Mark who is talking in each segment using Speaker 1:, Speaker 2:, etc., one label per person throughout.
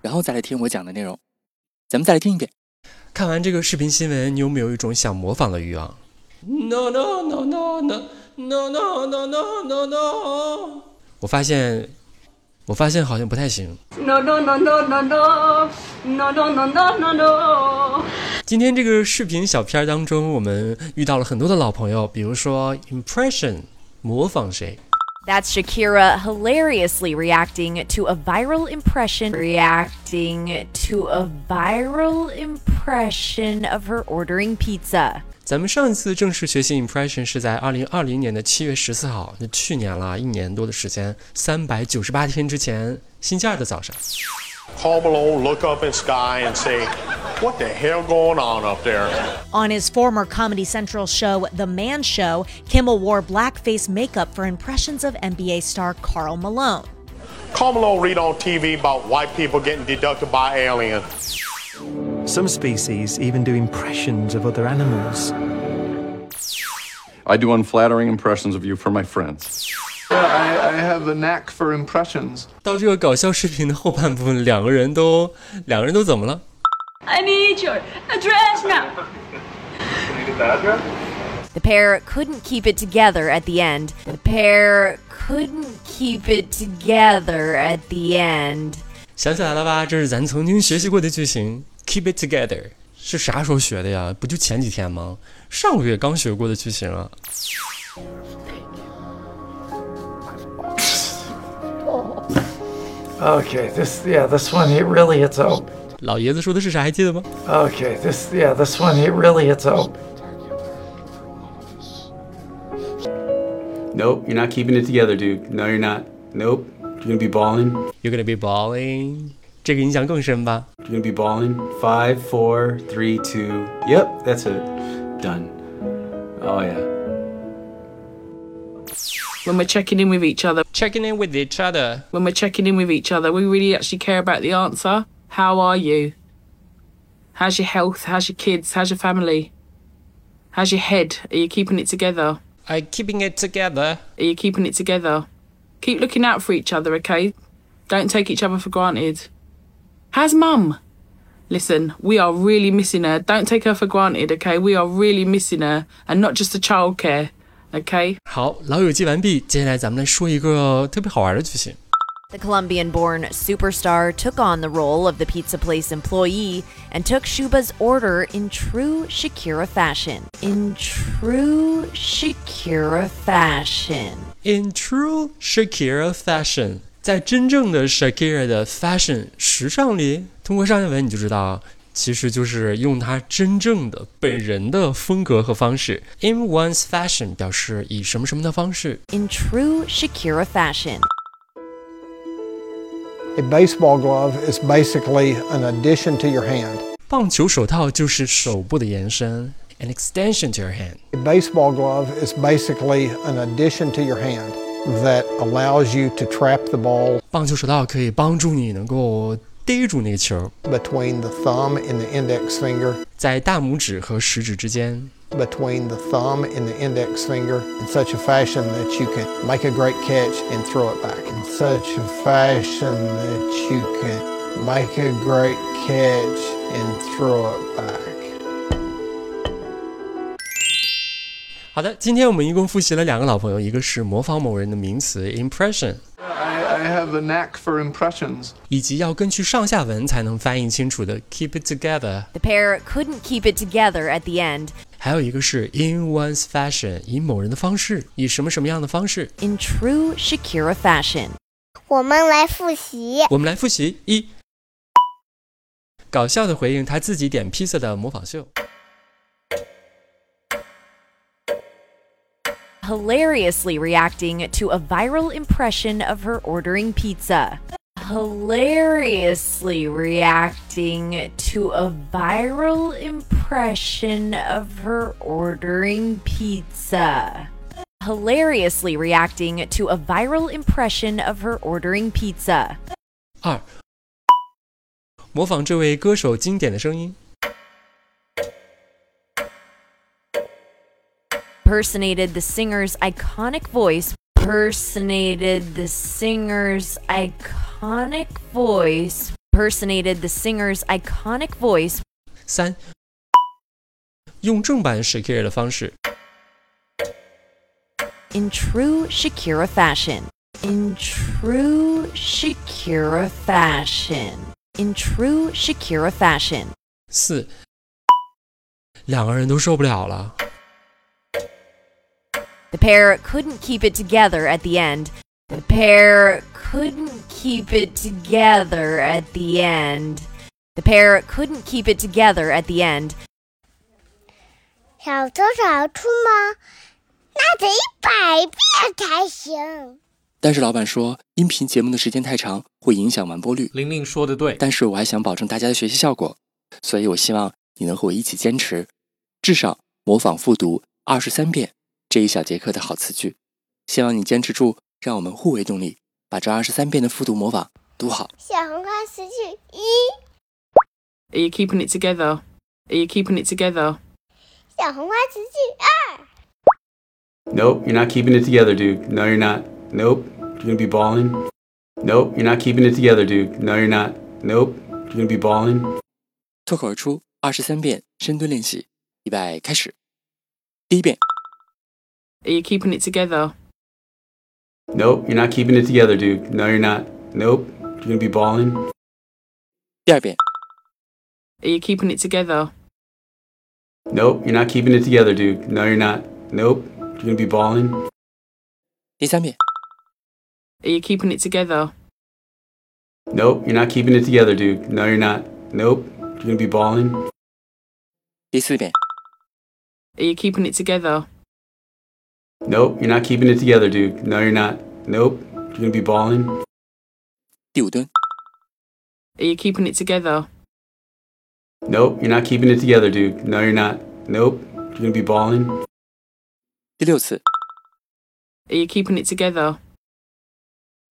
Speaker 1: 然后再来听我讲的内容。咱们再来听一遍。
Speaker 2: 看完这个视频新闻，你有没有一种想模仿的欲望？No no no no no no no no no no no。我发现，我发现好像不太行。
Speaker 3: No no no no no no no no no no no no
Speaker 2: 今天这个视频小片儿当中，我们遇到了很多的老朋友，比如说 impression 模仿谁，
Speaker 4: That's Shakira hilariously reacting to a viral impression, reacting to a viral impression of her ordering pizza.
Speaker 2: 咱们上一次正式学习 impression 是在二零二零年的七月十四号，那去年了，一年多的时间，三百九十八天之前，星期二的早上。
Speaker 5: call Malone, look up in sky, and say, "What the hell going on up there?"
Speaker 6: On his former Comedy Central show, The Man Show, Kimmel wore blackface makeup for impressions of NBA star Carl Malone.
Speaker 5: Call Malone read on TV about white people getting deducted by aliens.
Speaker 7: Some species even do impressions of other animals.
Speaker 8: I do unflattering impressions of you for my friends.
Speaker 7: I, I have a knack for impressions.
Speaker 2: 到这个搞笑视频的后半部分，两个人都两个人都怎么了？
Speaker 3: I need your address now.
Speaker 4: The pair couldn't keep it together at the end. The pair couldn't keep it together at the end.
Speaker 2: 想起来了吧？这是咱曾经学习过的句型，keep it together 是啥时候学的呀？不就前几天吗？上个月刚学过的句型啊。
Speaker 7: Okay, this yeah, this one it really hits home.
Speaker 2: 老爷子说的是啥？还记得吗？
Speaker 7: Okay, this yeah, this one it really hits home.
Speaker 8: Nope, you're not keeping it together, dude. No, you're not. Nope, you're gonna be balling.
Speaker 2: You're gonna be balling，这个印象更深吧？
Speaker 8: You're gonna be balling. Five, four, three, two. Yep, that's it. Done. Oh yeah.
Speaker 3: When we're checking in with each other,
Speaker 2: Checking in with each other，
Speaker 3: when we're checking in with each other, we really actually care about the answer. How are you? How's your health? How's your kids? How's your family? How's your head? Are you keeping it together?
Speaker 2: I keeping it together。
Speaker 3: Are you keeping it together? Keep looking out for each other, okay? Don't take each other for granted. How's mum? Listen, we are really missing her. Don't take her for granted, okay? We are really missing her. And not just the childcare, okay?
Speaker 2: 好，老友记完毕，接下来咱们来说一个特别好玩的句型。
Speaker 4: The Colombian born superstar took on the role of the pizza place employee and took Shuba's order in true Shakira fashion. In true Shakira fashion.
Speaker 2: In true Shakira fashion，在真正的 Shakira 的 fashion 时尚里，通过上下文你就知道啊，其实就是用她真正的本人的风格和方式。In one's fashion 表示以什么什么的方式。
Speaker 4: In true Shakira fashion.
Speaker 7: A baseball glove is basically an addition to your hand.
Speaker 2: 棒球手套就是手部的延伸，an extension to your hand。
Speaker 7: A baseball glove is basically an addition to your hand that allows you to trap the ball
Speaker 2: 棒球手套可以帮助你能够逮住那个球，
Speaker 7: between the thumb and the index finger,
Speaker 2: 在大拇指和食指之间。
Speaker 7: between the thumb and the index finger, in such a fashion that you can make a great catch and throw it back. In such a fashion that you can make a great catch and throw it back.
Speaker 2: 好的，今天我们一共复习了两个老朋友，一个是模仿某人的名词 impression，
Speaker 7: I, I have a knack for impressions.
Speaker 2: 以及要根据上下文才能翻译清楚的 keep it together，
Speaker 4: The pair couldn't keep it together at the end.
Speaker 2: 还有一个是 in one's fashion，以某人的方式，以什么什么样的方式。
Speaker 4: In true Shakira fashion.
Speaker 9: 我们来复习。
Speaker 2: 我们来复习一，搞笑的回应他自己点披萨的模仿秀。
Speaker 4: Hilariously reacting to a viral impression of her ordering pizza. hilariously reacting to a viral impression of her ordering pizza. Hilariously reacting to a viral impression of her ordering pizza.
Speaker 2: 二，模仿这位歌手经典的声音。
Speaker 4: Personated the singer's iconic voice. Personated the singer's iconic voice. Personated the singer's iconic voice.
Speaker 2: 三，用正版 Shakira 的方式。
Speaker 4: In true Shakira fashion. In true Shakira fashion. In true Shakira fashion.
Speaker 2: 四，两个人都受不了了。
Speaker 4: The pair couldn't keep it together at the end. The pair couldn't keep it together at the end. The pair couldn't keep it together at the end.
Speaker 10: 小偷小兔吗？那得一百遍才行。
Speaker 1: 但是老板说，音频节目的时间太长，会影响完播率。
Speaker 8: 玲玲说的对，
Speaker 1: 但是我还想保证大家的学习效果，所以我希望你能和我一起坚持，至少模仿复读二十三遍这一小节课的好词句。希望你坚持住，让我们互为动力，把这二十三遍的复读模仿读好。
Speaker 10: 小红花词句一，
Speaker 3: Are you keeping it together? Are you keeping it together?
Speaker 10: 小红花词句二，
Speaker 8: Nope, you're not keeping it together, dude. No, you're not. Nope, you're gonna be balling. Nope, you're not keeping it together, dude. No, you're not. Nope, you're gonna be balling.
Speaker 1: 脱口而出二十三遍深蹲练习，预备开始。第一遍，
Speaker 3: Are you keeping it together?
Speaker 8: Nope, you're not keeping it together, dude. No, you're not. Nope, you're gonna be balling.
Speaker 1: 第二遍，
Speaker 3: Are you keeping it together?
Speaker 8: Nope, you're not keeping it together, dude. No, you're not. Nope, you're gonna be balling.
Speaker 1: 第三遍，
Speaker 3: Are you keeping it together?
Speaker 8: Nope, you're not keeping it together, dude. No, you're not. Nope, you're gonna be balling.
Speaker 1: 第四遍，
Speaker 3: Are you keeping it together?
Speaker 8: Nope, you're not keeping it together, dude. No, you're not. Nope, you're gonna be balling.
Speaker 1: 第五蹲，
Speaker 3: Are you keeping it together?
Speaker 8: Nope, you're not keeping it together, dude. No, you're not. Nope, you're gonna be balling.
Speaker 1: 第六次，
Speaker 3: Are you keeping it together?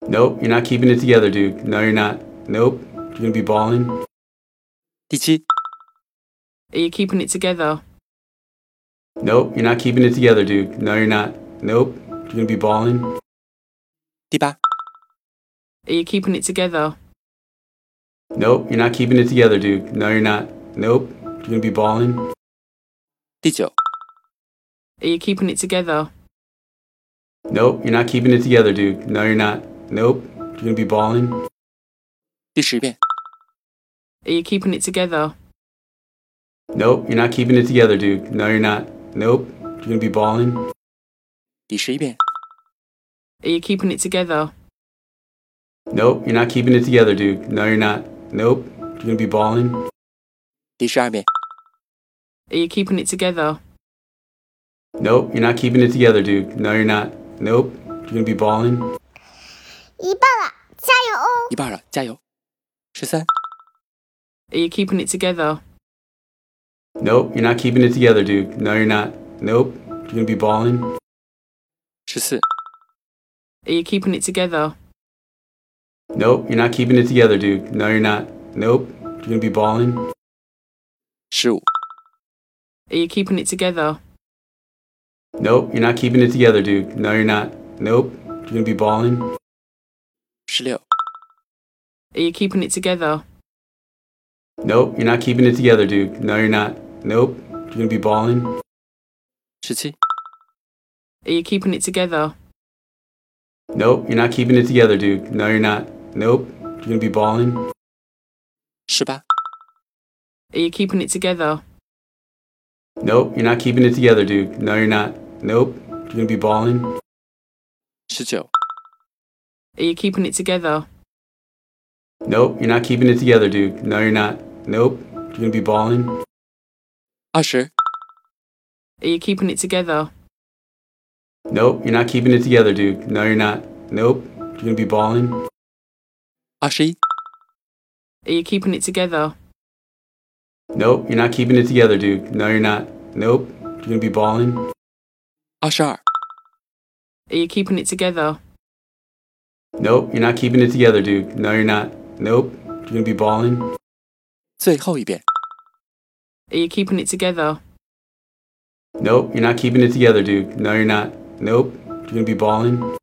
Speaker 8: Nope, you're not keeping it together, dude. No, you're not. Nope, you're gonna be balling.
Speaker 1: 第七、
Speaker 3: Are you keeping it together?
Speaker 8: Nope, you're not keeping it together, dude. No, you're not. Nope, you're gonna be balling.
Speaker 1: 第八、
Speaker 3: Are you keeping it together?
Speaker 8: Nope, you're not keeping it together, dude. No, you're not. Nope, you're gonna be balling.
Speaker 1: 第九、
Speaker 3: Are you keeping it together?
Speaker 8: Nope, you're not keeping it together, dude. No, you're not. Nope, you're gonna be balling.
Speaker 1: 第十遍、
Speaker 3: Are you keeping it together?
Speaker 8: Nope, you're not keeping it together, dude. No, you're not. Nope, you're gonna be balling.
Speaker 1: 第十一遍、
Speaker 3: Are you keeping it together?
Speaker 8: Nope, you're not keeping it together, dude. No, you're not. Nope, you're gonna be balling.
Speaker 1: 第十二遍、
Speaker 3: Are you keeping it together?
Speaker 8: Nope, you're not keeping it together, dude. No, you're not. Nope, you're gonna be balling.
Speaker 10: 一半了，加油哦！
Speaker 1: 一半了，加油！十三、
Speaker 3: Are you keeping it together?
Speaker 8: Nope, you're not keeping it together, dude. No, you're not. Nope, you're gonna be balling.
Speaker 1: 十四、
Speaker 3: Are you keeping it together?
Speaker 8: Nope, you're not keeping it together, dude. No, you're not. Nope, you're gonna be balling.
Speaker 1: 十五、
Speaker 3: Are you keeping it together?
Speaker 8: Nope, you're not keeping it together, dude. No, you're not. Nope, you're gonna be balling.
Speaker 1: 十六、
Speaker 3: Are you keeping it together?
Speaker 8: Nope, you're not keeping it together, dude. No, you're not. Nope, you're gonna be balling.
Speaker 1: 十七、
Speaker 3: Are you keeping it together?
Speaker 8: Nope, you're not keeping it together, dude. No, you're not. Nope, you're gonna be balling.
Speaker 1: 十八、
Speaker 3: Are you keeping it together?
Speaker 8: Nope, you're not keeping it together, dude. No, you're not. Nope, you're gonna be balling.
Speaker 1: 十九、
Speaker 3: Are you keeping it together?
Speaker 8: Nope, you're not keeping it together, dude. No, you're not. Nope, you're gonna be balling.
Speaker 1: 二十、
Speaker 3: Are you keeping it together?
Speaker 8: Nope, you're not keeping it together, dude. No, you're not. Nope, you're gonna be balling.
Speaker 1: 二十一，
Speaker 3: Are you keeping it together?
Speaker 8: Nope, you're not keeping it together, dude. No, you're not. Nope, you're gonna be balling.
Speaker 1: 二十二，
Speaker 3: Are you keeping it together?
Speaker 8: Nope, you're not keeping it together, dude. No, you're not. Nope, you're gonna be balling.
Speaker 1: 最后一遍。
Speaker 3: Are you keeping it together?
Speaker 8: Nope, you're not keeping it together, dude. No, you're not. Nope, you're gonna be balling.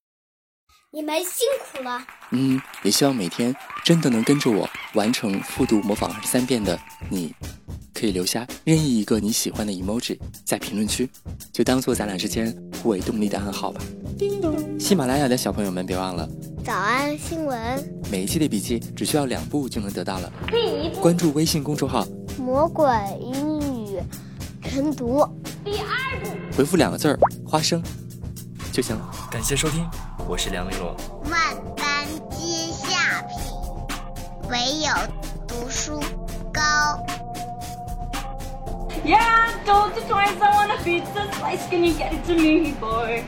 Speaker 10: 你们辛苦了。
Speaker 1: 嗯，也希望每天真的能跟着我完成复读模仿二十三遍的你，可以留下任意一个你喜欢的 emoji 在评论区，就当做咱俩之间互为动力的暗号吧。喜马拉雅的小朋友们，别忘了
Speaker 9: 早安新闻，
Speaker 1: 每一期的笔记只需要两步就能得到了。
Speaker 11: 第一步，
Speaker 1: 关注微信公众号，
Speaker 9: 魔鬼英语晨读。
Speaker 11: 第二步。
Speaker 1: 回复两个字儿“花生”就行了。感谢收听，我是梁丽罗。
Speaker 10: 万般皆下品，唯有读书高。
Speaker 11: Yeah, don't you try someone a pizza slice. Can you get it to me, boy?